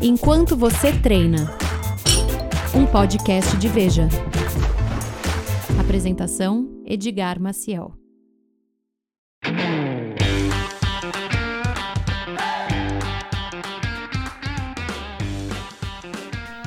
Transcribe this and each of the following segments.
Enquanto você treina. Um podcast de Veja. Apresentação: Edgar Maciel.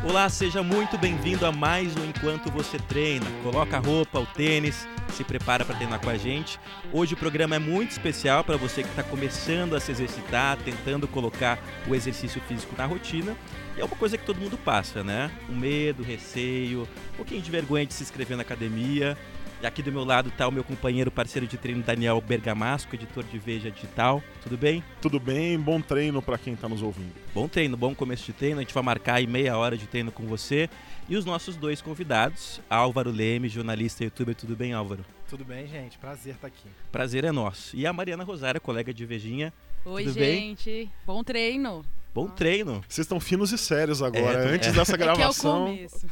Olá, seja muito bem-vindo a mais um Enquanto Você Treina. Coloca a roupa, o tênis, se prepara para treinar com a gente. Hoje o programa é muito especial para você que está começando a se exercitar, tentando colocar o exercício físico na rotina. E é uma coisa que todo mundo passa, né? O medo, o receio, um pouquinho de vergonha de se inscrever na academia. E aqui do meu lado está o meu companheiro, parceiro de treino, Daniel Bergamasco, editor de Veja Digital. Tudo bem? Tudo bem, bom treino para quem está nos ouvindo. Bom treino, bom começo de treino. A gente vai marcar aí meia hora de treino com você. E os nossos dois convidados, Álvaro Leme, jornalista e youtuber. Tudo bem, Álvaro? Tudo bem, gente? Prazer estar aqui. Prazer é nosso. E a Mariana Rosário, colega de Vejinha. Oi, Tudo bem? gente. Bom treino. Bom Ah. treino. Vocês estão finos e sérios agora. É, antes dessa gravação, É que é o começo.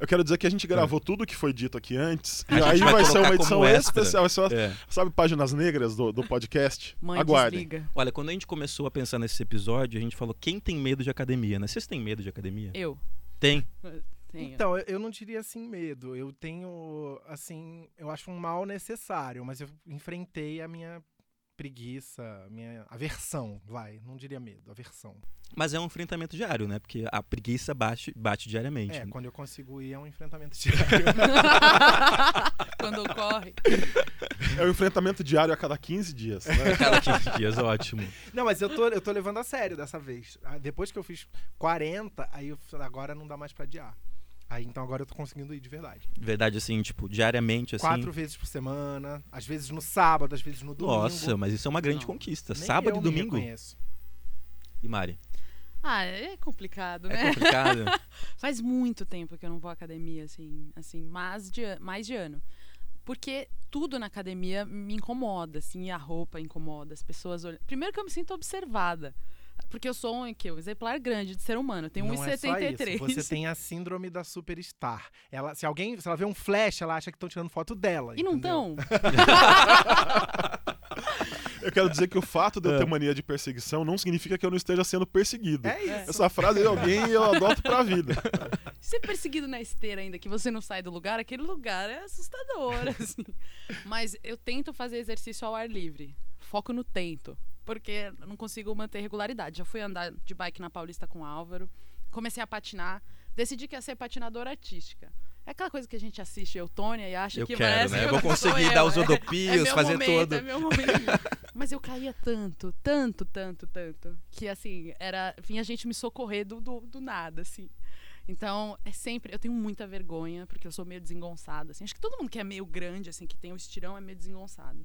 eu quero dizer que a gente gravou tudo que foi dito aqui antes. A e gente aí vai vai, ser uma colocar edição como extra. especial. Vai ser uma- É. Sabe páginas negras do, do podcast? Mãe, Aguardem. desliga. Olha, quando a gente começou a pensar nesse episódio, a gente falou quem tem medo de academia, né? Vocês têm medo de academia? Eu Tem. tenho. Então, eu- eu não diria assim medo. Eu tenho, assim, eu acho um mal necessário, mas eu enfrentei a minha preguiça, a minha aversão, vai. Não diria medo, aversão. Mas é um enfrentamento diário, né? Porque a preguiça bate, bate diariamente. É, quando eu consigo ir é um enfrentamento diário. Quando ocorre. É um enfrentamento diário a cada 15 dias. né? Cada 15 dias, ótimo. não, mas eu tô, eu tô levando a sério dessa vez. Ah, Depois que eu fiz 40, aí eu falei, agora não dá mais pra adiar. Aí então agora eu tô conseguindo ir de verdade. Verdade, assim, tipo, diariamente, assim. Quatro vezes por semana, às vezes no sábado, às vezes no domingo. Nossa, mas isso é uma grande Não, conquista. Nem Sábado eu e me domingo. reconheço. E Mari? Ah, é complicado, né? É complicado. Faz muito tempo que eu não vou à academia, assim, assim, mais de, an- mais de ano. Porque tudo na academia me incomoda, assim, a roupa incomoda, as pessoas olham. Primeiro que eu me sinto observada. Porque eu sou um, que, um exemplar grande de ser humano. Eu tenho Não é só 1,73. isso, Você tem a síndrome da superstar. Ela, se alguém, se ela vê um flash, ela acha que estão tirando foto dela. E não entendeu? estão? Eu quero dizer que o fato É. de eu ter mania de perseguição não significa que eu não esteja sendo perseguido. É isso. Essa frase de alguém eu adoto pra vida. Ser perseguido na esteira ainda, que você não sai do lugar, aquele lugar é assustador, assim. Mas eu tento fazer exercício ao ar livre. Foco no tento. Porque eu não consigo manter regularidade. Já fui andar de bike na Paulista com o Álvaro. Comecei a patinar. Decidi que ia ser patinadora artística. É aquela coisa que a gente assiste Eutônia e acha eu que quero, parece né? que Eu vou sou conseguir eu, dar os é. É rodopios, meu fazer momento, todo. É meu momento. Mas eu caía tanto, tanto, tanto, tanto. Que assim, era. Vinha gente me socorrer do, do, do nada, assim. Então, é sempre. Eu tenho muita vergonha, porque eu sou meio desengonçada, assim. Acho que todo mundo que é meio grande, assim, que tem o estirão, é meio desengonçado.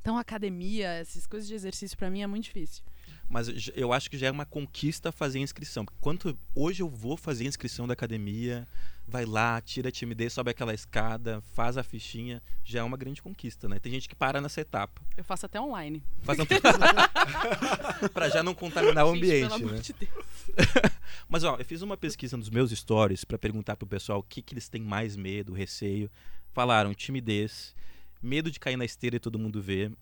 Então, academia, essas coisas de exercício, pra mim, é muito difícil. Mas j- eu acho que já é uma conquista fazer a inscrição. Quanto hoje eu vou fazer a inscrição da academia, vai lá, tira a timidez, sobe aquela escada, faz a fichinha, já é uma grande conquista, né? Tem gente que para nessa etapa. Eu faço até online. Faz um para já não contaminar o Gente, ambiente, pelo né? amor de Deus. Mas ó, eu fiz uma pesquisa nos meus stories para perguntar pro pessoal o que que eles têm mais medo, receio. Falaram timidez, medo de cair na esteira e todo mundo ver,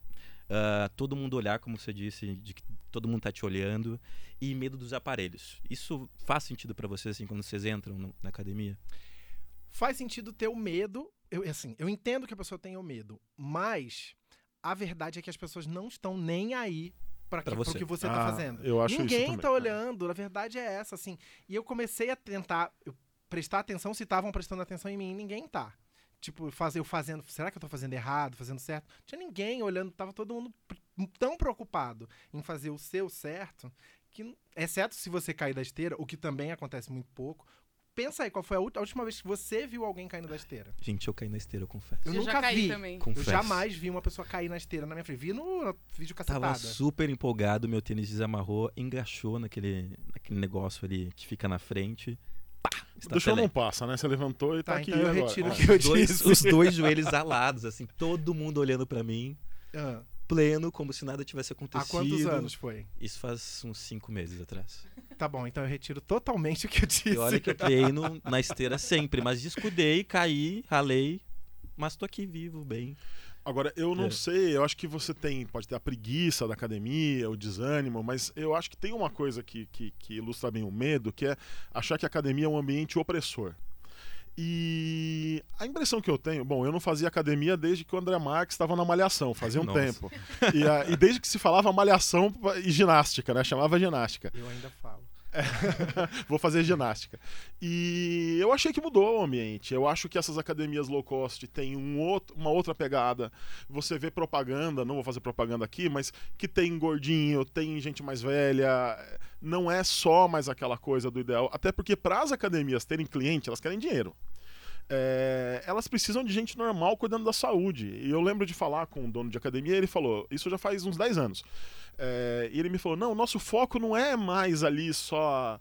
ah, todo mundo olhar, como você disse, de que todo mundo tá te olhando e medo dos aparelhos. Isso faz sentido para vocês assim quando vocês entram no- na academia? Faz sentido ter o medo. Eu, assim, eu entendo que a pessoa tenha o medo, mas a verdade é que as pessoas não estão nem aí para Pra que, você. pro que você tá Ah, fazendo. Eu acho isso Ninguém também. tá olhando, a verdade é essa, assim. E eu comecei a tentar eu prestar atenção se estavam prestando atenção em mim, e ninguém tá. Tipo, fazer eu fazendo, será que eu tô fazendo errado, fazendo certo? Não tinha ninguém olhando, tava todo mundo pr- tão preocupado em fazer o seu certo, que n- exceto se você cair da esteira, o que também acontece muito pouco. Pensa aí, qual foi a ult- a última vez que você viu alguém caindo da esteira? Gente, eu caí na esteira, eu confesso. Eu já nunca caí vi. também. confesso. Eu jamais vi uma pessoa cair na esteira na minha frente. Vi no no vídeo cacetada. Tava super empolgado, meu tênis desamarrou, engaixou naquele, naquele negócio ali que fica na frente. Pá! Do show estatelei. não passa, né? Você levantou e tá, Tá, aqui então eu agora. retiro Ó. o que eu dois, disse. os dois joelhos alados, assim, todo mundo olhando pra mim, Ah, pleno, como se nada tivesse acontecido. há quantos anos foi? Isso faz uns cinco meses atrás. Tá bom, então eu retiro totalmente o que eu disse. E olha que eu treino na esteira sempre, mas descuidei, caí, ralei, mas tô aqui vivo, bem. Agora, eu não É. sei, eu acho que você tem, pode ter a preguiça da academia, o desânimo, mas eu acho que tem uma coisa que, que, que ilustra bem o medo, que é achar que a academia é um ambiente opressor. E a impressão que eu tenho, bom, eu não fazia academia desde que o André Marques estava na malhação, fazia um Nossa. tempo. E, a- e desde que se falava malhação e ginástica, né? Chamava ginástica. Eu ainda falo. Vou fazer ginástica. E eu achei que mudou o ambiente. Eu acho que essas academias low cost têm um outro- uma outra pegada. Você vê propaganda, não vou fazer propaganda aqui, mas que tem gordinho, tem gente mais velha. Não é só mais aquela coisa do ideal. Até porque, para as academias terem cliente, elas querem dinheiro. É, elas precisam de gente normal cuidando da saúde. E eu lembro de falar com o dono de academia, ele falou, isso já faz uns 10 anos. É, e ele me falou: não, o nosso foco não é mais ali só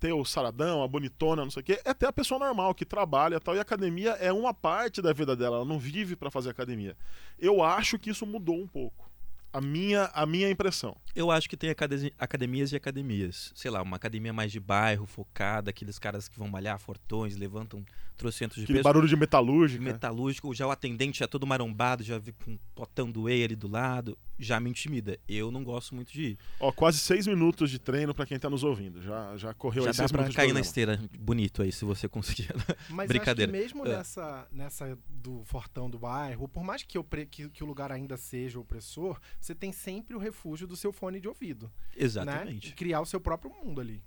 ter o saradão, a bonitona, não sei o quê, é ter a pessoa normal que trabalha e tal. E a academia é uma parte da vida dela, ela não vive pra fazer academia. Eu acho que isso mudou um pouco. A minha, a minha impressão. Eu acho que tem acade- academias e academias. Sei lá, uma academia mais de bairro, focada, aqueles caras que vão malhar fortões, levantam trocentos de Aquele peso. barulho de metalúrgica. né? metalúrgico, já o atendente já todo marombado, já vi com um potão do whey ali do lado, já me intimida. Eu não gosto muito de ir. Ó, quase seis minutos de treino pra quem tá nos ouvindo. Já, já correu já aí seis dá pra minutos de cair na programa. esteira bonito aí, se você conseguir. Mas Brincadeira. acho que mesmo É. nessa, nessa do fortão do bairro, por mais que, eu pre- que, que o lugar ainda seja opressor, você tem sempre o refúgio do seu fone de ouvido. Né? Exatamente. E criar o seu próprio mundo ali.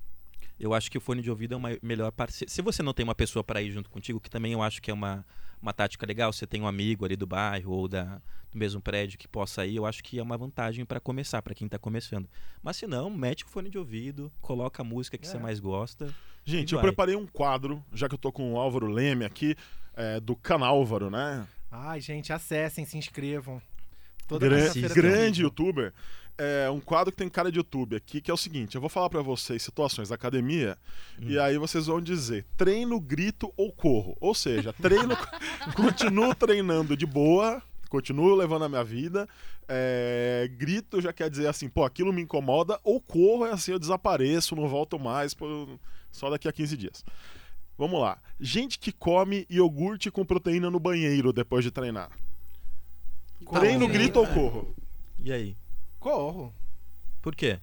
Eu acho que o fone de ouvido é uma melhor parceira. Se você não tem uma pessoa para ir junto contigo, que também eu acho que é uma, uma tática legal, você tem um amigo ali do bairro ou da, do mesmo prédio que possa ir, eu acho que é uma vantagem para começar, para quem tá começando. Mas se não, mete o fone de ouvido, coloca a música que É. você mais gosta. Gente, E eu vai. preparei um quadro, já que eu tô com o Álvaro Leme aqui, é, do Canálvaro, né? Ai, gente, acessem, se inscrevam. Gran- terça-feira tem um grande vídeo. youtuber. É um quadro que tem cara de YouTube aqui, que é o seguinte: eu vou falar pra vocês situações da academia Hum. e aí vocês vão dizer treino, grito ou corro. Ou seja, treino, continuo treinando de boa, continuo levando a minha vida. é, grito já quer dizer assim, pô, aquilo me incomoda, ou corro é assim, eu desapareço, não volto mais, pô, só daqui a 15 dias. Vamos lá. Gente que come iogurte com proteína no banheiro depois de treinar. Corro. treino, gente. grito ou corro? E aí? Corro. Por quê?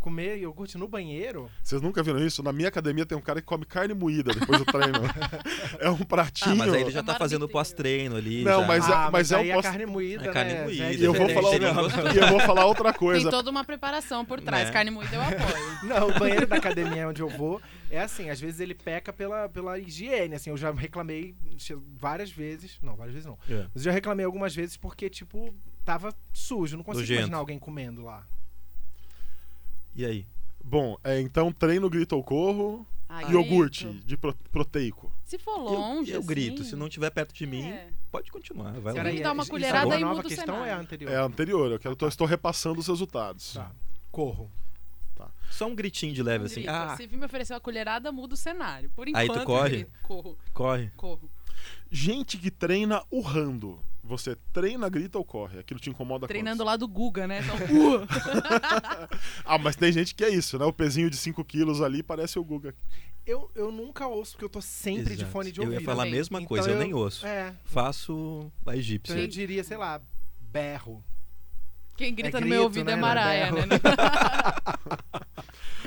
Comer iogurte no banheiro? Vocês nunca viram isso? Na minha academia tem um cara que come carne moída depois do treino. é um pratinho. Ah, mas aí ele já É tá fazendo o marmiteiro. pós-treino ali. Não, já. Mas é- ah, mas mas é um aí a posto- carne moída, É carne né? moída, Já é E eu vou diferente. falar, Seria outra- e eu vou falar outra Tem coisa. toda uma preparação por trás. Né? Carne moída eu apoio. Não, o banheiro da academia onde eu vou é assim, às vezes ele peca pela, pela higiene, assim, eu já reclamei che- várias vezes, não, várias vezes não, É. mas eu já reclamei algumas vezes porque, tipo, tava sujo, não consigo Nojento. imaginar alguém comendo lá. E aí? Bom, é, então treino, grito ou corro. Ah, iogurte grito. de pro- proteico. Se for longe. eu, eu grito, assim, se não tiver perto de mim, é. pode continuar, vai Cara, lá. Vamos dar isso- uma isso colherada agora e a nova muda o questão é cenário. a anterior. É anterior, eu quero, tô- estou repassando os resultados. Tá. Corro. Tá. Só um gritinho de leve Um assim. grito. Ah, Se vir me oferecer uma colherada, muda o cenário. Por enquanto. Aí tu eu corre? grito, Corro, corre. corro. Gente que treina urrando. Você treina, grita ou corre? Aquilo te incomoda Treinando quantos? lá do Guga, né? Então, uh! Ah, mas tem gente que é isso, né? O pezinho de 5 quilos ali parece o Guga. Eu, eu nunca ouço, porque eu tô sempre de Exato. fone de Eu ouvido. ia falar a também. mesma Então coisa, eu, eu- nem ouço. É, Faço a egípcia. então eu diria, sei lá, berro. Quem grita É no meu grito, ouvido né? é Maraia, Não né? é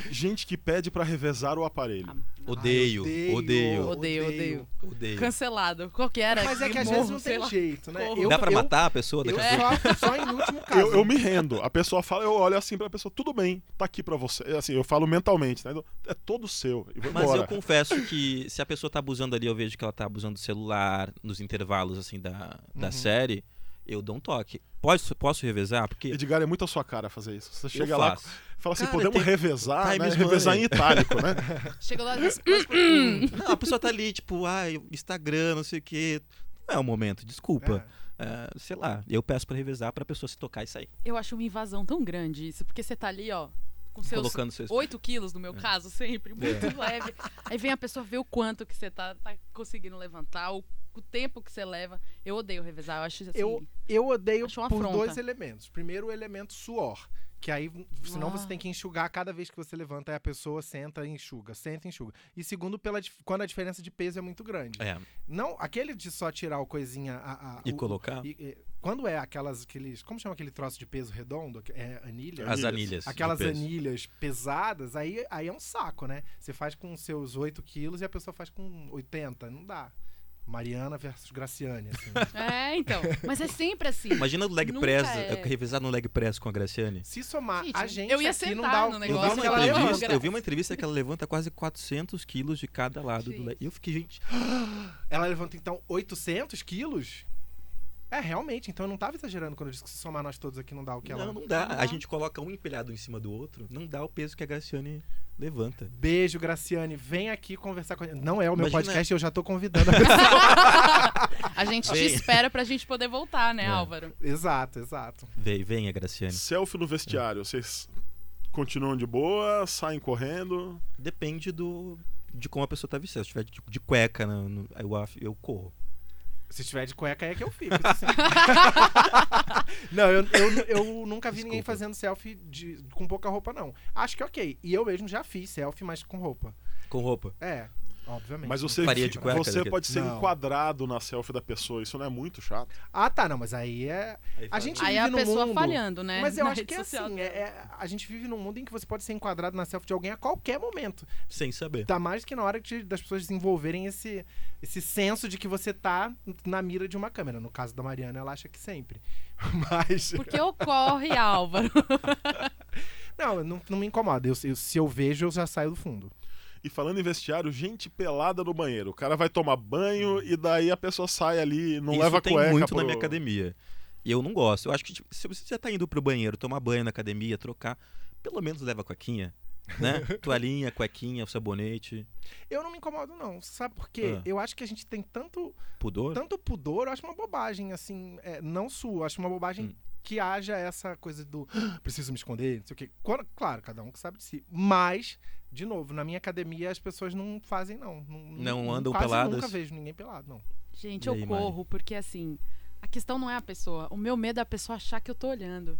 Gente que pede pra revezar o aparelho. Odeio, Ai, odeio, odeio, Odeio, odeio. Cancelado. Qual que era? Mas é que às Morro, vezes não sei tem lá. jeito, né? Corro. Eu, Dá pra eu- matar a pessoa Eu daqui a pouco? só, só em último caso. Eu, eu me rendo. A pessoa fala, eu olho assim pra pessoa, tudo bem, tá aqui pra você. É Assim, eu falo mentalmente, né? É todo seu. E vou Mas embora. eu confesso que se a pessoa tá abusando ali, eu vejo que ela tá abusando do celular, nos intervalos assim da, da Uhum. série, eu dou um toque. Posso, posso revezar? Porque Edgar, é muito a sua cara fazer isso. Você chega eu lá faço. e fala assim, Cara, podemos tem- revezar, né? Times Revezar Money. em itálico, né? Chega lá e diz, né? Não, a pessoa tá ali, tipo, ah, Instagram, não sei o quê. Não é o momento, desculpa. É. É, sei lá, eu peço pra revezar pra pessoa se tocar e sair. Eu acho uma invasão tão grande isso, porque você tá ali, ó, com seus Colocando É. seus. 8 quilos, no meu caso, sempre, muito leve. Aí vem a pessoa ver o quanto que você tá, tá conseguindo levantar, o, o tempo que você leva. Eu odeio revezar, eu acho assim. Eu- Eu odeio Acho uma por afronta. dois elementos. Primeiro, o elemento suor. Que aí, hum, senão Ah. você tem que enxugar cada vez que você levanta, aí a pessoa senta e enxuga, senta e enxuga. E segundo, pela, dif- quando a diferença de peso é muito grande. É, Não, aquele de só tirar o coisinha. A, a- e o- colocar. e- e- Quando é aquelas, aqueles. Como chama aquele troço de peso redondo? É anilha? As Anilhas. anilhas. de Aquelas peso. anilhas pesadas, aí, aí é um saco, né? Você faz com seus 8 quilos e a pessoa faz com 80. Não dá. Mariana versus Graciane, assim. É, então. Mas é sempre assim. Imagina o leg Nunca press, é. eu revisar no leg press com a Graciane. Se somar Gente, a gente eu ia aqui, não sentar dá o- não no dá Eu vi, negócio, é o que uma ela ela levanta. entrevista, levanta. eu vi uma entrevista que ela levanta quase 400 quilos de cada lado. Do Gente. le... E eu fiquei, gente, Ela levanta, então, 800 quilos? É, realmente. Então eu não tava exagerando quando eu disse que se somar nós todos aqui não dá o que não, ela... não dá. Não A dá. gente coloca um empilhado em cima do outro, não dá o peso que a Graciane levanta. Beijo, Graciane. Vem aqui conversar com a gente. Não é o meu Imagina- podcast, eu já tô convidando a pessoa. A gente te Bem. espera pra gente poder voltar, né, É. Álvaro? exato, exato. Vem, vem, a Graciane. Selfie no vestiário, vocês continuam de boa, saem correndo. Depende do de como a pessoa tá vestida. Se tiver de, de cueca, né, no- eu, af- eu corro. Se tiver de cueca é que eu fico. isso sim. não, eu, eu, eu nunca vi ninguém Desculpa. fazendo selfie de- com pouca roupa, não. Acho que é ok. E eu mesmo já fiz selfie, mas com roupa. Com roupa. É, obviamente. Mas você, Faria de cueca, você né? pode ser Não. enquadrado na selfie da pessoa, isso não é muito chato. Ah, tá, não, mas aí é. A gente Aí vive a num pessoa mundo- falhando, né? Mas eu na acho rede que é social. assim, é, é- a gente vive num mundo em que você pode ser enquadrado na selfie de alguém a qualquer momento. Sem saber. Tá mais que na hora de- das pessoas desenvolverem esse, esse senso de que você tá na mira de uma câmera. No caso da Mariana, ela acha que sempre. Mas. Porque ocorre, Álvaro. Não, não, não me incomoda. Eu- eu- se eu vejo, eu já saio do fundo. E falando em vestiário, gente pelada no banheiro. O cara vai tomar banho e daí a pessoa sai ali, não Hum. Isso leva tem cueca. muito na pro- minha academia. E eu não gosto. Eu acho que tipo, se você já tá indo pro banheiro, tomar banho na academia, trocar, pelo menos leva a cuequinha, né? Toalhinha, cuequinha, o sabonete. Eu não me incomodo, não. Sabe por quê? Ah. Eu acho que a gente tem tanto, Pudor? Então, tanto pudor, eu acho uma bobagem, assim, é, não sua, eu acho uma bobagem Hum. que haja essa coisa do "Ah, preciso me esconder, não sei o quê. Quando- claro, cada um que sabe de si. Mas, de novo, na minha academia as pessoas não fazem, não. Não, Não andam quase peladas? nunca vejo ninguém pelado, não. Gente, E aí, eu Mari? corro, porque assim, a questão não é a pessoa. O meu medo é a pessoa achar que eu tô olhando.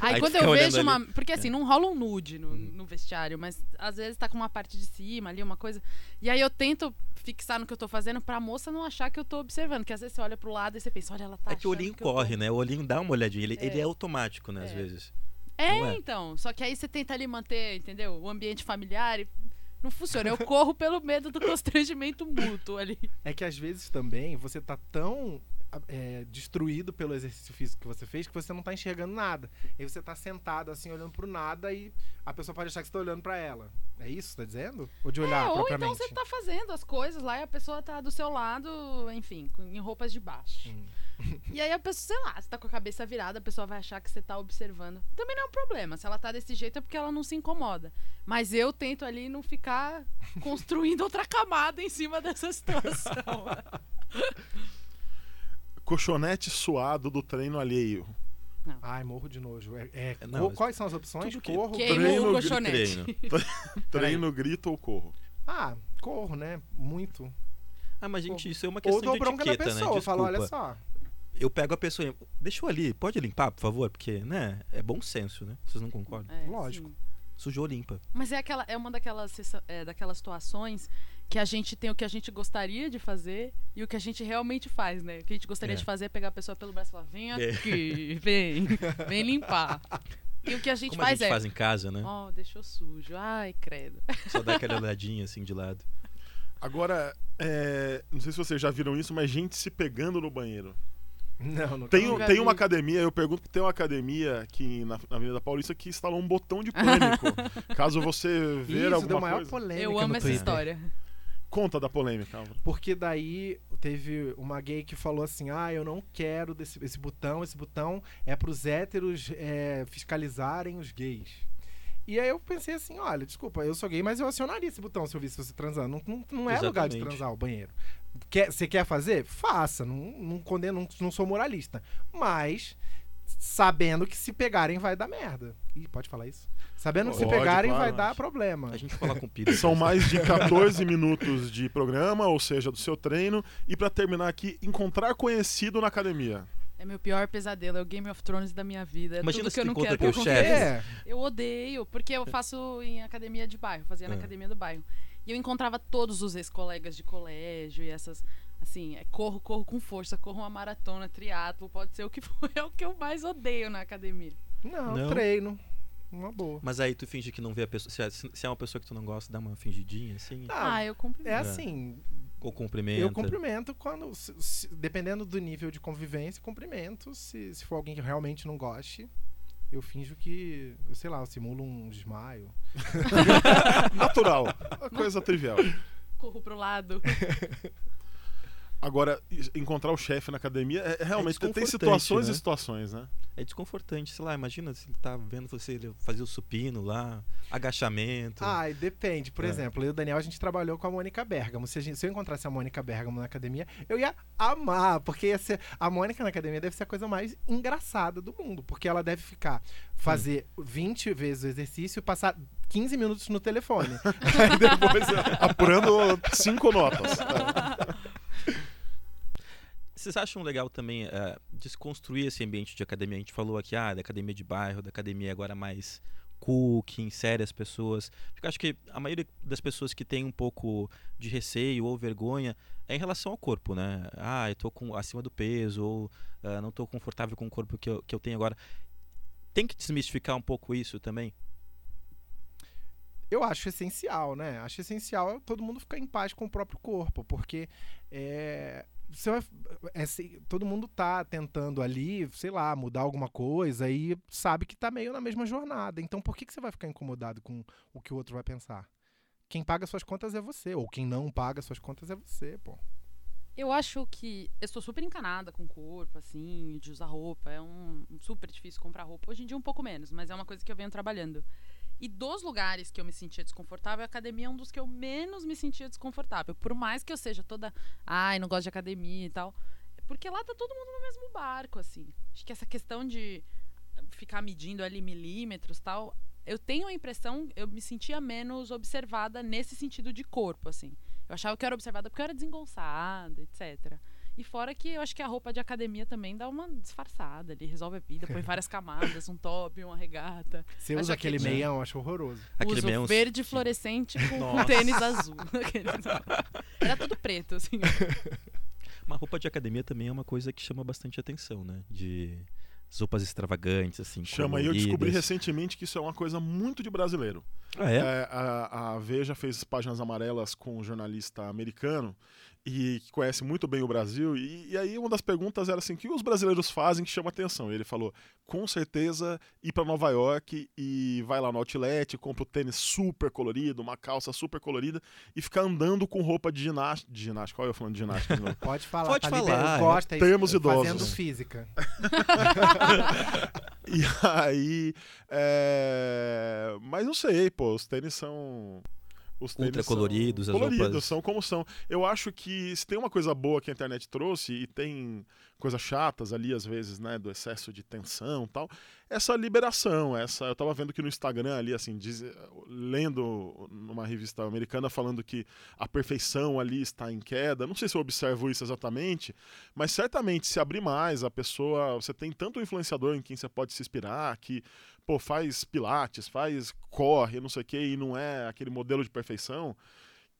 Aí, Aí quando fica eu olhando vejo ali. É. Uhum. uma. Porque assim, não rola um nude no, no vestiário, mas às vezes tá com uma parte de cima ali, uma coisa. E aí eu tento fixar no que eu tô fazendo pra moça não achar que eu tô observando. Porque às vezes você olha pro lado e você pensa, olha, ela tá. é que o achando olhinho eu tô corre, né? O olhinho dá uma olhadinha. Ele ele é, É. automático, né? Às É. vezes. É, Não é? então. Só que aí você tenta ali manter, entendeu? O ambiente familiar e não funciona. Eu corro pelo medo do constrangimento mútuo ali. É que às vezes também você tá tão a- é, destruído pelo exercício físico que você fez que você não tá enxergando nada. E você tá sentado assim, olhando pro nada e a pessoa pode achar que você tá olhando pra ela. É isso que você tá dizendo? Ou de olhar é, ou então propriamente? você tá fazendo as coisas lá e a pessoa tá do seu lado, enfim, com- em roupas de baixo. Hum. E aí a pessoa, sei lá, você tá com a cabeça virada, a pessoa vai achar que você tá observando. Também não é um problema. Se ela tá desse jeito é porque ela não se incomoda. Mas eu tento ali não ficar construindo outra camada em cima dessa situação. Colchonete suado do treino alheio. Ai, morro de nojo. É, é, É, não, co- mas- quais são as opções? Tudo que- Corro, Queimou treino, o grito, é um colchonete. treino. Treino, grito ou corro. Ah, corro, né? Muito. Ah, mas gente, isso é uma Ou questão dou de bronca da etiqueta, né? pessoa. Desculpa. Eu falo, olha só. Eu pego a pessoa e... Deixa eu ali. Pode limpar, por favor? Porque, né? É bom senso, né? Vocês não concordam? É, Lógico. sim. Sujou, limpa. Mas é, aquela, é uma daquelas, situa- é, daquelas situações que a gente tem o que a gente gostaria de fazer e o que a gente realmente faz, né? O que a gente gostaria É. de fazer é pegar a pessoa pelo braço e falar: vem É. aqui, vem, vem limpar. E o que a gente Como a faz gente é. faz em casa, né? Ó, deixou sujo. Ai, credo. Só dá aquela olhadinha assim de lado. Agora, é, não sei se vocês já viram isso, mas gente se pegando no banheiro. Não, não Tem, um- Nunca tem vi. uma academia, eu pergunto, tem uma academia aqui na, na Avenida Paulista que instalou um botão de pânico. caso você ver Isso deu alguma maior coisa. polêmica. Eu amo É, no essa Twitter. história. Conta da polêmica, Álvaro. Porque daí teve uma gay que falou assim: ah, eu não quero desse, esse botão, esse botão é pros héteros é, fiscalizarem os gays. E aí eu pensei assim: olha, desculpa, eu sou gay, mas eu acionaria esse botão se eu visse você transando. Não, não, não é lugar de Exatamente. transar o banheiro. Quer, você quer fazer? Faça. Não, não condeno, não, não sou moralista. Mas sabendo que se pegarem vai dar merda. Ih, pode falar isso? Sabendo que se Pode, pegarem claro, vai dar mas- problema. A gente um fala com o Pires. São mais de 14 minutos de programa, ou seja, do seu treino. E pra terminar aqui, encontrar conhecido na academia. É meu pior pesadelo, é o Game of Thrones da minha vida. É Imagina tudo se que eu tu não encontra teu quero. por chefe. É. qualquer- Eu odeio, porque eu faço em academia de bairro, fazia na É. academia do bairro. E eu encontrava todos os ex-colegas de colégio e essas. Assim, é corro, corro com força, corro uma maratona, triatlo, pode ser o que for, é o que eu mais odeio na academia. Não, Não. treino. Uma boa. Mas aí tu finge que não vê a pessoa. Se é, se é uma pessoa que tu não gosta, dá uma fingidinha assim. Ah, eu cumprimento. É assim, Ou cumprimenta. eu cumprimento quando. se- se- dependendo do nível de convivência, cumprimento. Se, se for alguém que eu realmente não goste, eu finjo que. Eu sei lá, eu simulo um desmaio. Natural. Uma coisa trivial. Corro pro lado. Agora, e- encontrar o chefe na academia é, é realmente tem- tem desconfortante, situações né? e situações, né? É desconfortante, sei lá, imagina se ele tá vendo você fazer o supino lá, agachamento. Ai, Ah, depende. Por É. exemplo, eu e o Daniel, a gente trabalhou com a Mônica Bergamo. Se, a gente- se eu encontrasse a Mônica Bergamo na academia, eu ia amar, porque ia ser, a Mônica na academia deve ser a coisa mais engraçada do mundo, porque ela deve ficar, fazer 20 vezes o exercício e passar 15 minutos no telefone. Aí depois é, apurando cinco notas. Vocês acham legal também eh, desconstruir esse ambiente de academia? A gente falou aqui, ah, da academia de bairro, da academia agora mais cool, que insere as pessoas. Porque eu acho que a maioria das pessoas que tem um pouco de receio ou vergonha é em relação ao corpo, né? Ah, eu tô com, acima do peso, ou ah, não tô confortável com o corpo que eu, que eu tenho agora. Tem que desmistificar um pouco isso também? eu acho essencial, né? Acho essencial todo mundo ficar em paz com o próprio corpo, porque é, você vai- é, se- todo mundo tá tentando ali, sei lá, mudar alguma coisa e sabe que tá meio na mesma jornada. Então por que, que você vai ficar incomodado com o que o outro vai pensar? Quem paga suas contas é você, ou quem não paga suas contas é você, pô. Eu acho que eu sou super encanada com o corpo, assim, de usar roupa. É um, um super difícil comprar roupa. Hoje em dia um pouco menos, mas é uma coisa que eu venho trabalhando. E dos lugares que eu me sentia desconfortável, a academia é um dos que eu menos me sentia desconfortável. Por mais que eu seja toda, ai, não gosto de academia e tal. Porque lá tá todo mundo no mesmo barco, assim. Acho que essa questão de ficar medindo ali milímetros e tal, eu tenho a impressão, eu me sentia menos observada nesse sentido de corpo, assim. Eu achava que eu era observada porque eu era desengonçada, etc. E fora que eu acho que a roupa de academia também dá uma disfarçada ali, resolve a vida, põe várias camadas, um top, uma regata. Você Mas usa já que- aquele já- meião, eu acho horroroso. Aquele Uso meio- verde fluorescente com um Nossa. tênis azul. Aqueles- Era tudo preto, assim. Uma roupa de academia também é uma coisa que chama bastante atenção, né? De as roupas extravagantes, assim. Chama aí, eu descobri coloridas. recentemente que isso é uma coisa muito de brasileiro. Ah, é? É, a, a Veja fez páginas amarelas com um jornalista americano e que conhece muito bem o Brasil. E, e aí uma das perguntas era assim: o que os brasileiros fazem que chama atenção? E ele falou: com certeza ir para Nova York e vai lá no outlet, compra o tênis super colorido, uma calça super colorida e fica andando com roupa de ginástica. De ginástica, olha eu falando de ginástica de novo. Pode falar, Pode tá falar, liberado, é. gosta Temos fazendo idosos. física. Tá E aí. é, Mas não sei, pô, os tênis são. Os tênis Ultra são coloridos, as coloridos, roupas- são como são. Eu acho que se tem uma coisa boa que a internet trouxe, e tem coisas chatas ali, às vezes, né, do excesso de tensão e tal, essa liberação, essa. Eu tava vendo que no Instagram ali, assim, diz- lendo numa revista americana falando que a perfeição ali está em queda. Não sei se eu observo isso exatamente, mas certamente, se abrir mais, a pessoa. Você tem tanto um influenciador em quem você pode se inspirar, que, pô, faz pilates, faz corre, não sei o quê, e não é aquele modelo de perfeição,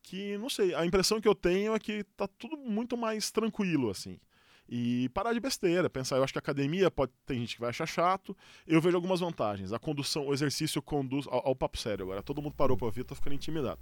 que, não sei, a impressão que eu tenho é que tá tudo muito mais tranquilo, assim. E parar de besteira, pensar, eu acho que a academia pode. Tem gente que vai achar chato. Eu vejo algumas vantagens. A condução, o exercício conduz. Ao, ao papo sério agora. Todo mundo parou pra ouvir, eu tô ficando intimidado.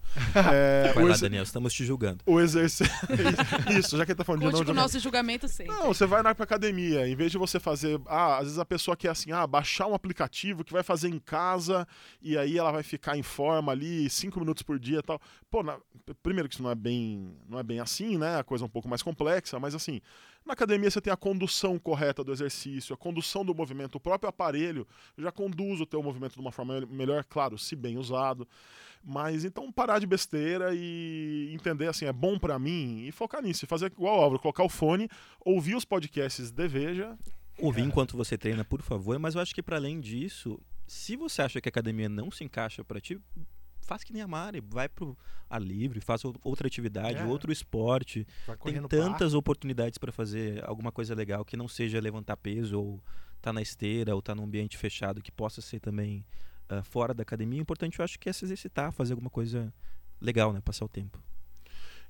É, Vai o, lá, exer- Daniel, estamos te julgando. o exercício. Isso, já que ele tá falando de Conte não, com já o nosso julgamento sempre. não, você vai na pra academia, em vez de você fazer. Ah, às vezes a pessoa quer assim, ah, baixar um aplicativo que vai fazer em casa e aí ela vai ficar em forma ali cinco minutos por dia e tal. Pô, na- primeiro que isso não é bem. não é bem assim, né? A coisa é um pouco mais complexa, mas assim, na academia você tem a condução correta do exercício, a condução do movimento, o próprio aparelho já conduz o teu movimento de uma forma melhor, claro, se bem usado. Mas então parar de besteira e entender assim, é bom pra mim e focar nisso, e fazer igual o Álvaro, colocar o fone, ouvir os podcasts de Veja. É. Ouvir enquanto você treina, por favor, mas eu acho que para além disso, se você acha que a academia não se encaixa para ti, faz que nem a Mari, vai pro ar livre, faz ou- outra atividade, É. outro esporte. Vai correr Tem no tantas oportunidades para fazer alguma coisa legal que não seja levantar peso ou tá na esteira ou tá num ambiente fechado que possa ser também ah, fora da academia. O importante eu acho que é se exercitar, fazer alguma coisa legal, né, passar o tempo.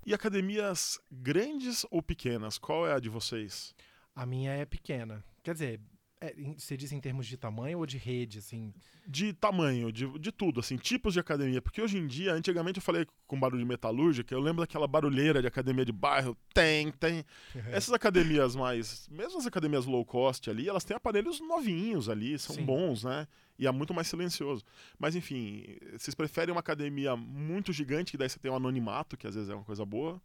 E academias grandes ou pequenas? Qual é a de vocês? A minha é pequena. Quer dizer, é, em- você diz em termos de tamanho ou de rede, assim? De tamanho, de, de tudo, assim, tipos de academia. Porque hoje em dia, antigamente eu falei com barulho de metalúrgica, eu lembro daquela barulheira de academia de bairro. Tem, tem. Essas academias mais. Mesmo as academias low cost ali, elas têm aparelhos novinhos ali, são Sim. bons, né? E é muito mais silencioso. Mas enfim, vocês preferem uma academia muito gigante, que daí você tem um anonimato, que às vezes é uma coisa boa.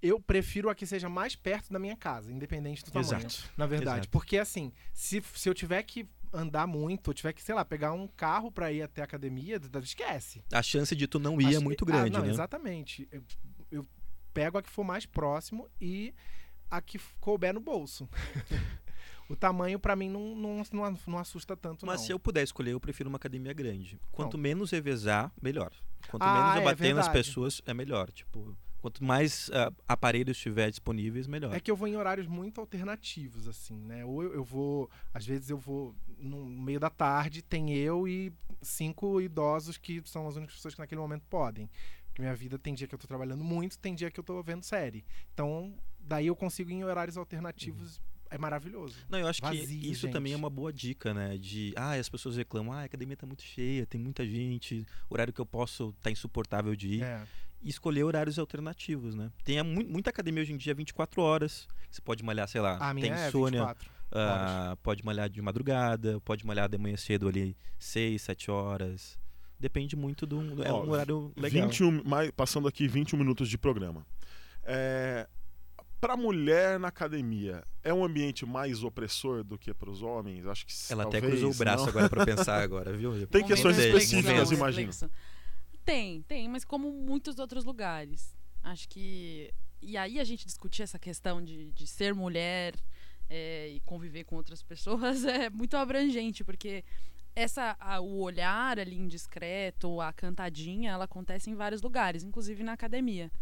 Eu prefiro a que seja mais perto da minha casa, independente do tamanho. Na verdade. Exato. Porque, assim, se, se eu tiver que andar muito, eu tiver que, sei lá, pegar um carro pra ir até a academia, d- d- esquece. A chance de tu não ir é Acho- muito ah, grande, não, né? Exatamente. Eu, eu pego a que for mais próximo e a que f- couber no bolso. o tamanho, pra mim, não, não, não, não assusta tanto, Mas não. se eu puder escolher, eu prefiro uma academia grande. Quanto Não. menos revezar, melhor. Quanto Ah, menos eu é bater nas verdade. pessoas, é melhor. Tipo, quanto mais ah, aparelhos tiver disponíveis, melhor. É que eu vou em horários muito alternativos, assim, né? Ou eu, eu vou, às vezes eu vou no meio da tarde, tem eu e cinco idosos que são as únicas pessoas que naquele momento podem. Porque minha vida tem dia que eu tô trabalhando muito, tem dia que eu tô vendo série. Então, daí eu consigo ir em horários alternativos, Uhum. é maravilhoso. Não, eu acho que Vazio, isso também é gente. uma boa dica, né? De, ah, as pessoas reclamam, ah, a academia tá muito cheia, tem muita gente, horário que eu posso tá insuportável de ir. É. E escolher horários alternativos, né? Tem a mu- muita academia hoje em dia é 24 horas. Você pode malhar, sei lá, A minha tem né? é insônia, 24. ah, pode malhar de madrugada, pode malhar de manhã cedo ali, 6, 7 horas. Depende muito do. É Ó, um horário legal. 21, mais, passando aqui 21 minutos de programa. É, para mulher na academia, é um ambiente mais opressor do que para os homens? Acho que Ela até talvez, cruzou o braço não. agora pra pensar agora, viu? um Tem Momento questões de reflexão, específicas, de imagino. reflexão. Tem, tem, mas como muitos outros lugares. Acho que. E aí a gente discutir essa questão de, de ser mulher é, e conviver com outras pessoas é muito abrangente, porque essa a- o olhar ali indiscreto, a cantadinha, ela acontece em vários lugares, inclusive na academia.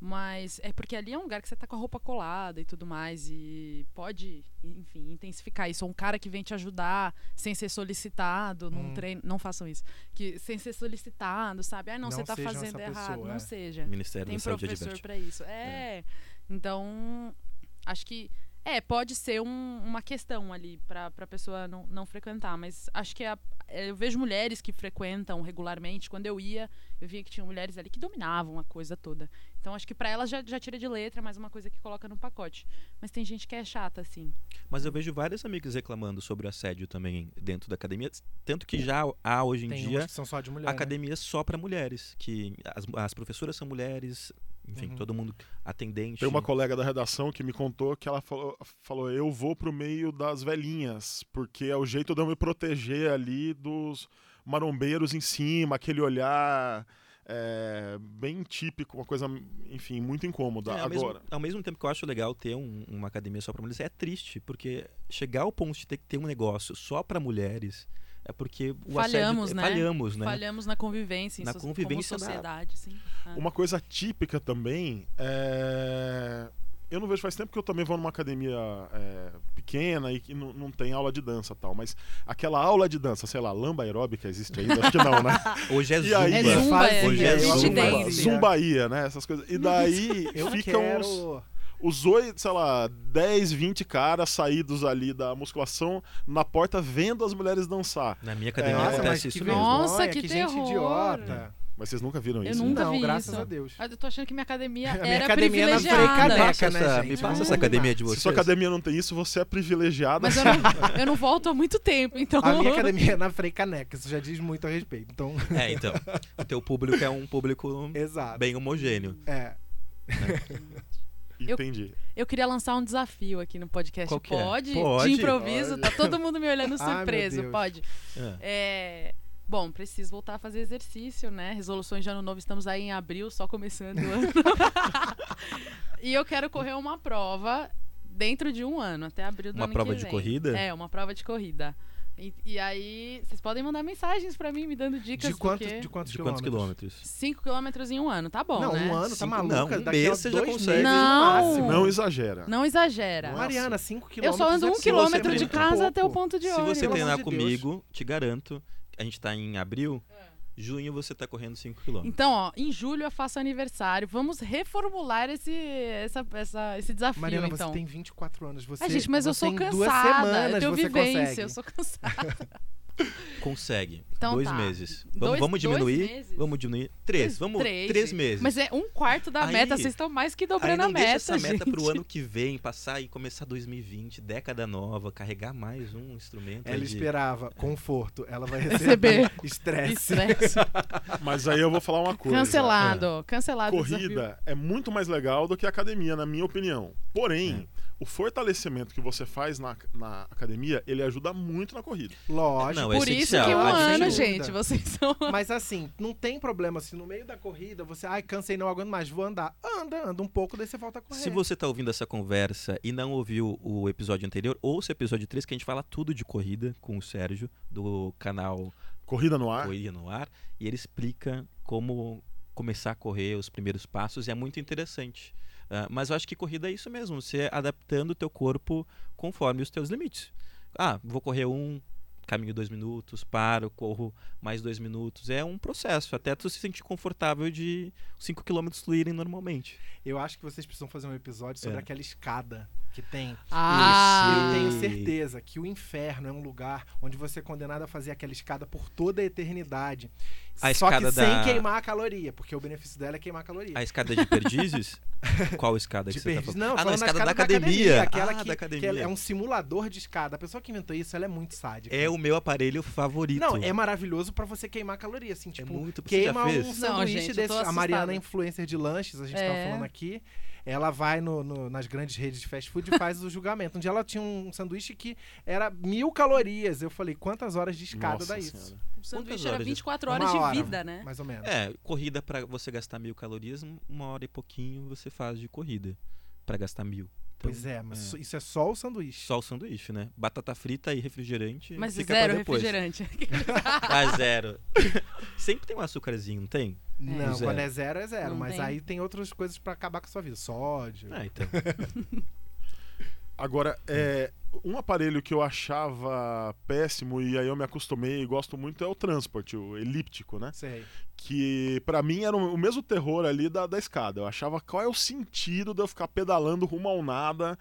Mas é porque ali é um lugar que você tá com a roupa colada e tudo mais. E pode, enfim, intensificar isso. Ou um cara que vem te ajudar sem ser solicitado num Hum. treino. Não façam isso. Que, sem ser solicitado, sabe? Ah, não, Não você tá sejam fazendo essa errado. pessoa, não é. seja. Ministério Tem da Saúde professor adverte. pra isso. É. Então, acho que. É, pode ser um- uma questão ali pra, pra pessoa não, não frequentar, mas acho que é a- eu vejo mulheres que frequentam regularmente. Quando eu ia, eu via que tinha mulheres ali que dominavam a coisa toda. Então acho que pra elas já, já tira de letra, mas uma coisa que coloca no pacote. Mas tem gente que é chata, assim. Mas eu vejo várias amigas reclamando sobre o assédio também dentro da academia. Tanto que já há hoje em Tem dia umas que são só de mulher. né? academias só para mulheres, que as, as professoras são mulheres, enfim, Uhum. todo mundo atendente. Tem uma colega da redação que me contou que ela falou, falou, eu vou pro meio das velhinhas, porque é o jeito de eu me proteger ali dos marombeiros em cima, aquele olhar é, bem típico, uma coisa, enfim, muito incômoda. É, ao, mesmo, Agora, ao mesmo tempo que eu acho legal ter um- uma academia só para mulheres, é triste, porque chegar ao ponto de ter que ter um negócio só para mulheres é porque o Falhamos, assédio, né? falhamos, né? Falhamos na convivência, em Na so- convivência como da- sociedade, assim. sim. Uma coisa típica também é. Eu não vejo faz tempo que eu também vou numa academia é, pequena e que não, não tem aula de dança e tal, mas aquela aula de dança, sei lá, lamba aeróbica existe ainda? Acho que não, né? Hoje é E Zumba. aí- É Zumba. zumba, é, Hoje é é Zumba. street Zumba, dance. Zumbaia, né? Essas coisas. E daí Eu ficam quero... os, os oito, sei lá, 10, 20 caras saídos ali da musculação na porta vendo as mulheres dançar. Na minha academia É, nossa, acontece que isso vergonha. mesmo. Nossa, vergonha, que gente terror. idiota. Mas vocês nunca viram Eu isso? né? nunca não, vi graças isso. a Deus. Ah, Eu tô achando que minha academia A minha era academia era privilegiada. Me frecaneca. passa, né, essa, gente? me Vamos passa essa academia de Se vocês. sua academia não tem isso, você é privilegiada. Mas eu não, eu não volto há muito tempo, então. A minha academia é na Frei Caneca, isso já diz muito a respeito. Então, É, então. O teu público é um público exato. bem homogêneo. É. eu- Entendi. Eu queria lançar um desafio aqui no podcast. Qual que é? Pode? Pode. De improviso, tá todo mundo me olhando Ai, meu surpreso. Deus. Pode. É. É, Bom, preciso voltar a fazer exercício, né? Resoluções de ano novo, estamos aí em abril, só começando o ano. e eu quero correr uma prova dentro de um ano, até abril do Uma ano prova que de vem. corrida? É, uma prova de corrida. E, e aí, vocês podem mandar mensagens pra mim, me dando dicas. De quantos, porque... de quantos De quilômetros? quantos quilômetros? 5 quilômetros em um ano, tá bom, não, né? um ano, tá Cinco- maluca? não, um Daqui a mês você já dois consegue. meses no Não. máximo. Não exagera. Não exagera. Não é Mariana, 5 Eu quilômetros. só ando é um pouco. quilômetro Você de é casa muito até o pouco. ponto de É. Se ônibus. você pelo amor treinar de Deus. comigo, te garanto, a gente tá em abril, Junho você tá correndo 5 km. Então, ó, em julho eu faço aniversário. Vamos reformular esse, essa, essa- esse desafio, Mariana, então. você tem 24 anos. Você, Ai, gente, mas eu você sou em cansada. Duas semanas eu tenho você vivência, consegue. eu sou cansada. Consegue. Então dois tá. meses. Vamos, Dois- vamos dois diminuir. meses? Vamos diminuir. Três. Vamos. Três, meses. Mas é um quarto da Aí- meta, vocês estão mais que Aí dobrando não a deixa meta, essa meta gente. pro ano que vem, passar e começar 2020, década nova, carregar mais um instrumento. aí Ela de- esperava conforto, ela vai Receber. receber estresse. Estresse. Mas aí eu vou falar uma é. coisa. né? Cancelado, cancelado. o desafio. Corrida é muito mais legal do que academia, na minha opinião. Porém, o fortalecimento que você faz na, na academia, ele ajuda muito na corrida. Lógico. Não, é Por isso essencial, é que um a ano, gente- gente, vocês são. Mas assim, não tem problema. Se no meio da corrida você, ai, cansei, não aguento mais, vou andar. Anda, anda um pouco, daí você volta a correr. Se você tá ouvindo essa conversa e não ouviu o episódio anterior, ouça o episódio 3 que a gente fala tudo de corrida com o Sérgio, do canal Corrida no Ah. ar. Corrida no Ar, e ele explica como começar a correr, os primeiros passos, e é muito interessante. Ah, mas eu acho que corrida é isso mesmo, você adaptando o teu corpo conforme os teus limites. Ah, vou correr um, caminho dois minutos, paro, corro mais dois minutos. É um processo, até tu se sentir confortável de 5 km fluírem normalmente. Eu acho que vocês precisam fazer um episódio sobre É. aquela escada que tem. Ah, Eu tenho Sim. certeza que o inferno é um lugar onde você é condenado a fazer aquela escada por toda a eternidade. A só escada que sem da- queimar a caloria, porque o benefício dela é queimar a caloria. A escada de perdizes? Qual escada De que você tá perdiz- falando? Não, ah, não, a falando da escada da academia. aquela Ah, que, da que academia. é um simulador de escada. A pessoa que inventou isso, ela é muito sádica. É o meu aparelho favorito. Não, é maravilhoso pra você queimar caloria, É assim, tipo, muito- você já queima fez? um Não, sanduíche gente, eu tô desse. A assustada. Mariana é influencer de lanches, a gente É. tava falando aqui. Ela vai no- no- nas grandes redes de fast food e faz o julgamento. Um dia ela tinha um sanduíche que era mil calorias. Eu falei, quantas horas de escada Nossa dá isso? Senhora. o sanduíche horas era de- 24 Uma horas de hora, vida, né? Mais ou menos. É, corrida pra você gastar mil calorias, um, uma hora e pouquinho você faz de corrida pra gastar mil. Então, Pois é, mas isso é só o sanduíche. Só o sanduíche, né? Batata frita e refrigerante. Mas fica zero pra depois. refrigerante. Ah, zero. Sempre tem um açúcarzinho, não tem? Não, Zero. quando é zero, é zero. Não mas tem. aí tem outras coisas pra acabar com a sua vida. Sódio. Ah, então. Agora, é, um aparelho que eu achava péssimo e aí eu me acostumei e gosto muito é o transporte, o elíptico, né? Sei. Que pra mim era o mesmo terror ali da, da escada. Eu achava qual é o sentido de eu ficar pedalando rumo ao nada.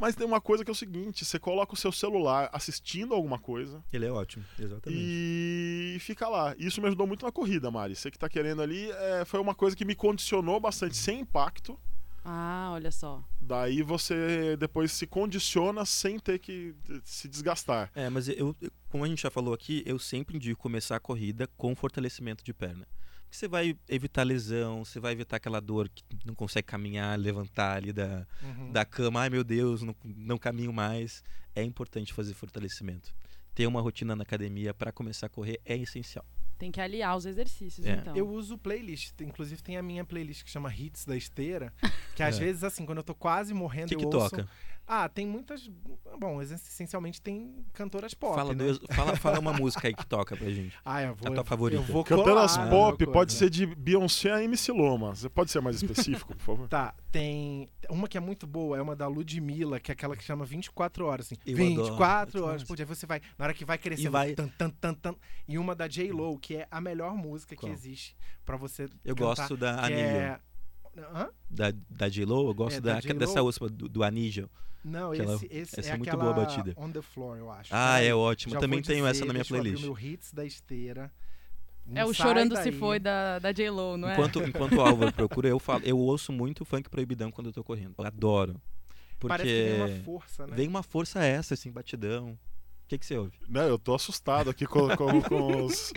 Mas tem uma coisa que é o seguinte: você coloca o seu celular assistindo alguma coisa Ele é ótimo, exatamente. e fica lá. Isso me ajudou muito na corrida, Mari. Você que tá querendo ali, é, foi uma coisa que me condicionou bastante, sem impacto. Ah, olha só. Daí você depois se condiciona sem ter que eh, se desgastar. É, mas eu, eu- como a gente já falou aqui, eu sempre indico começar a corrida com fortalecimento de perna. Porque você vai evitar lesão, você vai evitar aquela dor que não consegue caminhar, levantar ali da, Uhum. da cama, ai meu Deus, não, não caminho mais. É importante fazer fortalecimento. Ter uma rotina na academia para começar a correr é essencial. Tem que aliar os exercícios, É. então. Eu uso playlist. Tem- Inclusive tem a minha playlist que chama Hits da Esteira. Que às É. vezes, assim, quando eu tô quase morrendo, O que, que eu ouço... toca? Ah, tem muitas... Bom, essencialmente tem cantoras pop, fala, né? duas- fala, fala uma música aí que toca pra gente. Ah, eu vou... A tua eu- favorita. Eu vou Cantando colar, as eu pop vou pode colar. ser de Beyoncé a MC Loma. Você pode ser mais específico, por favor? Tá, tem... Uma que é muito boa é uma da Ludmilla, que é aquela que chama 24 Horas, assim. Eu adoro. 24 horas. Nossa. Pô, aí você vai... Na hora que vai crescendo... vai- Hum. Tan, tan, tan, tan, e uma da J-Lo, que é a melhor música Qual? que existe pra você Eu cantar, gosto da Então que Anilho. é... Hã? Da, da J-Lo, eu gosto É, da da, J.Lo. dessa última do, do Anígio. Não, Aquela- esse, esse essa é é muito aquela boa a batida. On the Floor, eu acho. Ah, é Peraí, ótimo. já Também vou tenho essa dizer, na minha deixa eu abrir playlist. o meu hits da esteira. Não É o sai Chorando daí. Se Foi da, da J-Lo, não é? Enquanto, enquanto o Álvaro procura, eu, falo, eu ouço muito funk proibidão quando eu tô correndo. Eu adoro. Porque Parece que tem uma força, né? vem uma força essa, assim, batidão. O que, que você ouve? Não, né, eu tô assustado aqui com, com- com os.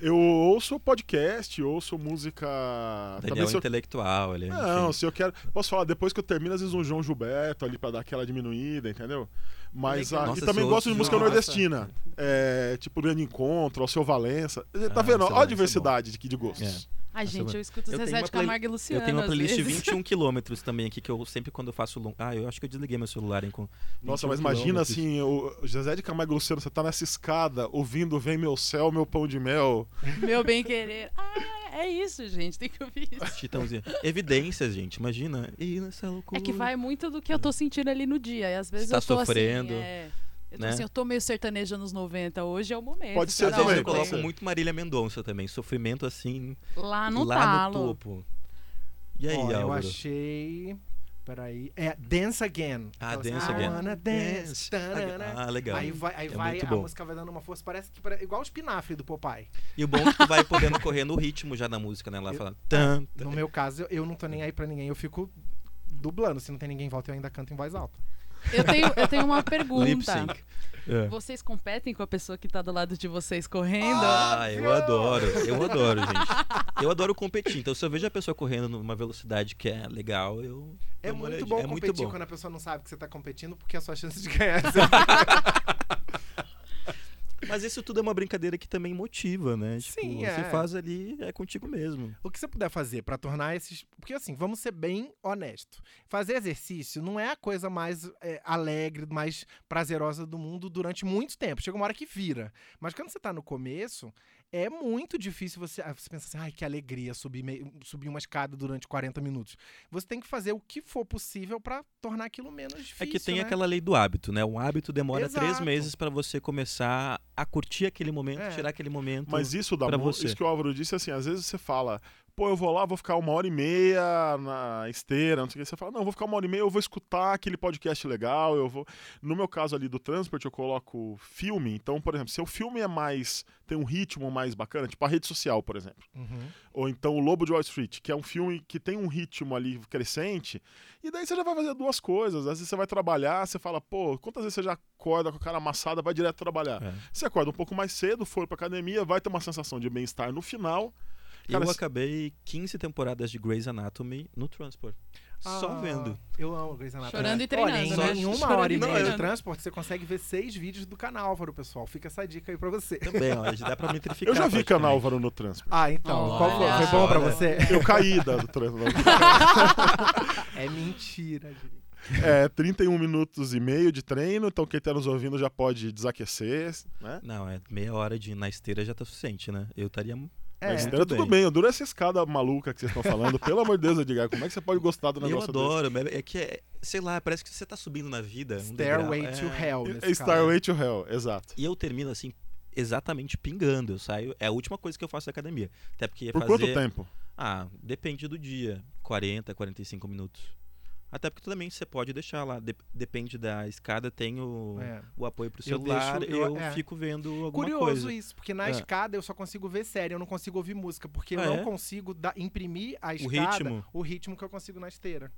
Eu ouço podcast, ouço música. Ah, Daniel é se eu... intelectual, ele é, Não, enfim. se eu quero. Posso falar, depois que eu termino, às vezes um João Gilberto ali pra dar aquela diminuída, entendeu? Mas Legal. a... Nossa, e também se eu gosto de ouço- música Nossa. nordestina. É, tipo Grande Encontro, Alceu Valença. Tá Ah, vendo? Alceu Olha a Valença é diversidade de, de gostos. Ai, Essa gente, vai- eu escuto Eu tenho Zezé uma de play- Camargo e Luciano. Eu tenho uma às playlist de vezes. 21 quilômetros também aqui, que eu sempre quando eu faço longo. Ah, eu acho que eu desliguei meu celular. Hein, com Nossa, 21 mas imagina quilômetros. assim, o José de Camargo e Luciano, você tá nessa escada ouvindo Vem Meu Céu, Meu Pão de Mel. Meu bem querer. Ah, é isso, gente. Tem que ouvir assim. isso. Chitãozinho. Evidências, gente, imagina. E nessa loucura. É que vai muito do que eu tô sentindo ali no dia. E às vezes Você tá eu tô sofrendo. assim. É... Eu tô Né? assim, eu tô meio sertaneja nos 90, hoje é o momento. Pode ser Às cada um vezes também, eu tem. coloco pode ser. muito Marília Mendonça também. Sofrimento assim, Lá no lá talo. no topo. E aí, Ó, eu Álvaro? achei. Peraí. É Dance Again. Ah, Aquela assim, Dance I Again. Wanna Dance. dance. tarará. Ah, legal. Aí vai, aí É vai muito a bom. música vai dando uma força, parece que pare- igual o espinafre do Popeye. E o bom é que tu vai podendo correr no ritmo já da música, né? Lá Eu- fala. Tan, tan. No meu caso, eu, eu não tô nem aí pra ninguém, eu fico dublando. Se não tem ninguém em volta, eu ainda canto em voz alta. Eu tenho, eu tenho uma Lip pergunta. sync. É. Vocês competem com a pessoa que tá do lado de vocês correndo? Ah, eu adoro, eu adoro, gente. Eu adoro competir. Então, se eu vejo a pessoa correndo numa velocidade que é legal, eu. É dou uma muito olhadinha. bom é competir muito bom. quando a pessoa não sabe que você tá competindo, porque a sua chance de ganhar é zero. Mas isso tudo é uma brincadeira que também motiva, né? Tipo, Sim, você é. faz ali, é contigo mesmo. O que você puder fazer pra tornar esses. Porque, assim, vamos ser bem honesto. Fazer exercício não é a coisa mais é, alegre, mais prazerosa do mundo durante muito tempo. Chega uma hora que vira. Mas quando você tá no começo, é muito difícil você. ah, Você pensa assim, ai, que alegria subir, meio- subir uma escada durante 40 minutos. Você tem que fazer o que for possível pra tornar aquilo menos difícil. é que tem né? aquela lei do hábito, né? O hábito demora três Exato. meses pra você começar a curtir aquele momento, É. tirar aquele momento. Mas isso da Então, pra mu- você. isso que o Álvaro disse, assim, às vezes você fala, pô, eu vou lá, vou ficar uma hora e meia na esteira, não sei o que. Você fala, não, eu vou ficar uma hora e meia, eu vou escutar aquele podcast legal, eu vou. No meu caso ali do transporte, eu coloco filme. Então, por exemplo, se o filme é mais. tem um ritmo mais bacana, tipo a rede social, por exemplo. Uhum. Ou então O Lobo de Wall Street, que é um filme que tem um ritmo ali crescente, e daí você já vai fazer duas coisas. Às vezes você vai trabalhar, você fala, pô, quantas vezes você já acorda com a cara amassada, vai direto trabalhar? É. Você acorda um pouco mais cedo, for pra academia, vai ter uma sensação de bem-estar no final. Cara, eu se- acabei 15 temporadas de Grey's Anatomy no Transport. Só Ah, vendo. Eu amo Grey's Anatomy. Chorando Olha, e em treinando, né? nenhuma Chorando hora e e meia de treinando. transporte você consegue ver seis vídeos do canal, Álvaro, pessoal. Fica essa dica aí pra você. Também, ó, dá pra metrificar. Eu já vi canal praticamente. Álvaro no trânsito. Ah, então. Olha qual foi? Foi bom pra só, né? você? Eu caí da, do trânsito. É mentira, gente. É, 31 minutos e meio de treino, então quem tá nos ouvindo já pode desaquecer, né? Não, é meia hora de na esteira já tá suficiente, né? Eu estaria. É, Mas muito era tudo bem. bem, eu duro essa escada maluca que vocês estão falando. Pelo amor de Deus, Edgar, como é que você pode gostar do Eu negócio adoro, é é que é, sei lá, parece que você tá subindo na vida. um Stairway degrau, to é. Hell. desse? Nesse É Starway to Hell, exato. E eu termino assim, exatamente pingando. Eu saio. É a última coisa que eu faço na academia. Até porque Por fazer. quanto tempo? Ah, depende do dia. 40, 45 minutos. Até porque também você pode deixar lá. de- depende da escada, tem o, caso. É. o apoio pro Eu celular. deixo- eu eu- é. fico vendo alguma Curioso coisa. isso, porque na É. escada eu só consigo ver série, eu não consigo ouvir música, porque eu Ah, não é? consigo dar- imprimir a escada, ritmo. o ritmo que eu consigo na esteira.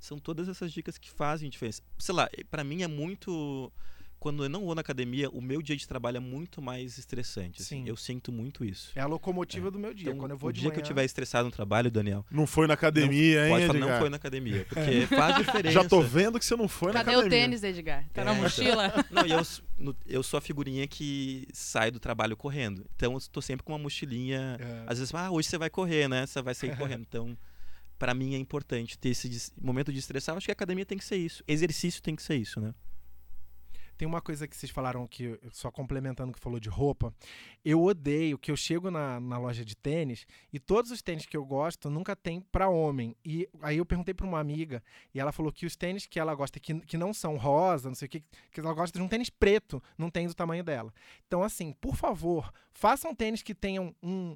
São todas essas dicas que fazem diferença. Sei lá, pra mim é muito. Quando eu não vou na academia, o meu dia de trabalho é muito mais estressante. assim. Sim. Eu sinto muito isso. É a locomotiva do meu dia. Então, Quando eu vou o de dia manhã, que eu tiver estressado no trabalho, Daniel, Não foi na academia, pode hein, falar, não Edgar? foi na academia. Porque faz diferença. Já tô vendo que você não foi Cadê na academia. o tênis, Edgar? Tá É, na então. mochila? Não, e eu, s- no- eu sou a figurinha que sai do trabalho correndo. Então eu tô sempre com uma mochilinha. É. Às vezes, ah, hoje você vai correr, né? Você vai sair correndo. Então, pra mim é importante ter esse des- momento de estressar. Eu acho que a academia tem que ser isso. Exercício tem que ser isso, né? É Tem uma coisa que vocês falaram que, só complementando o que falou de roupa, eu odeio que eu chego na, na loja de tênis e todos os tênis que eu gosto nunca tem pra homem. E aí eu perguntei pra uma amiga e ela falou que os tênis que ela gosta, que, que não são rosa, não sei o que, que ela gosta de um tênis preto, não tem do tamanho dela. Então, assim, por favor, façam tênis que tenham um.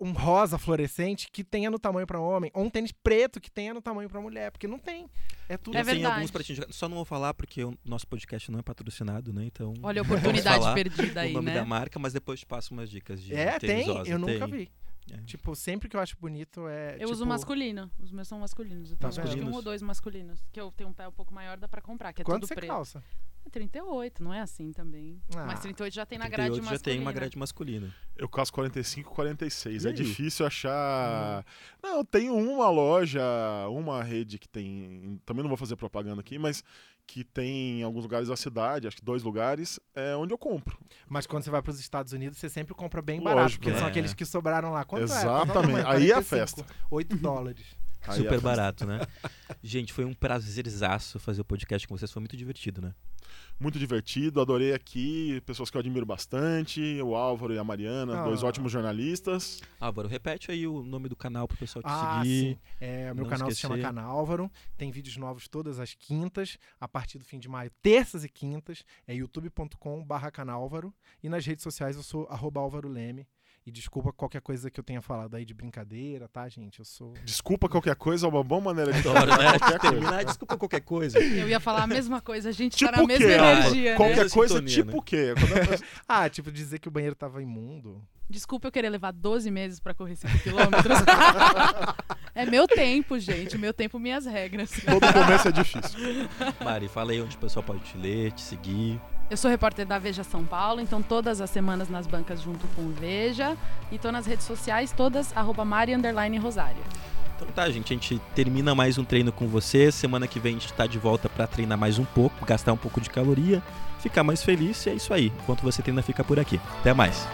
Um rosa fluorescente que tenha no tamanho pra homem, ou um tênis preto que tenha no tamanho pra mulher, porque não tem. É tudo É Eu tenho verdade. alguns pratinhos. de- Só não vou falar porque o nosso podcast não é patrocinado, né? Então. Olha a não posso oportunidade falar perdida aí, O nome né? da marca, mas depois te passo umas dicas de. É, tênis tem. rosa. Eu nunca Tem. vi. É. Tipo, sempre que eu acho bonito é. Eu uso masculino. Os meus são masculinos. Eu tenho acho que Tipo, Masculinos. um ou dois masculinos. Que eu tenho um pé um pouco maior, dá pra comprar, que é Quanto tudo você preto. calça? É 38, não é assim também. Ah. Mas 38 já tem na 38 grade já masculina. tem uma grade masculina. Eu caso 45, 46. E aí? é Uhum. difícil achar. Não, tem uma loja, uma rede que tem. Também não vou fazer propaganda aqui, mas que tem em alguns lugares da cidade, acho que dois lugares, é onde eu compro. Mas quando você vai pros Estados Unidos, você sempre compra bem Lógico, barato, porque né? são aqueles que sobraram lá. Quanto é? Exatamente. Quanto é? Aí é a 45, 8 dólares. Aí Super é- barato, né? Gente, foi um prazerzaço fazer o podcast com vocês. Foi muito divertido, né? Muito divertido, adorei aqui, pessoas que eu admiro bastante, o Álvaro e a Mariana, Ah. dois ótimos jornalistas. Álvaro, Ah, repete aí o nome do canal pro pessoal te Ah, seguir. sim. É, o meu não canal se chama esquecer. Canálvaro. Tem vídeos novos todas as quintas, a partir do fim de maio, terças e quintas. É youtube.com/barra canálvaro. E nas redes sociais eu sou arroba Álvaro Leme. E desculpa qualquer coisa que eu tenha falado aí de brincadeira, tá, gente? Eu sou. Desculpa qualquer coisa, é uma boa maneira de Adoro, né? qualquer coisa. Terminar, desculpa qualquer coisa. Eu ia falar a mesma coisa, a gente Tipo tá na o quê? mesma Ah, energia, né? Qualquer Mesma coisa, sintonia, tipo né? o quê? Quando eu- Ah, tipo, dizer que o banheiro tava imundo. Desculpa eu querer levar 12 meses pra correr 5 quilômetros. é meu tempo, gente. Meu tempo, minhas regras. Todo começo é difícil. Mari, fala aí onde o pessoal pode te ler, te seguir. Eu sou repórter da Veja São Paulo, então todas as semanas nas bancas junto com o Veja. E tô nas redes sociais, todas, arroba Mari underline Rosário. Então tá, gente, a gente termina mais um treino com você. Semana que vem a gente tá de volta pra treinar mais um pouco, gastar um pouco de caloria, ficar mais feliz. E é isso aí. Enquanto você treina, fica por aqui. Até mais.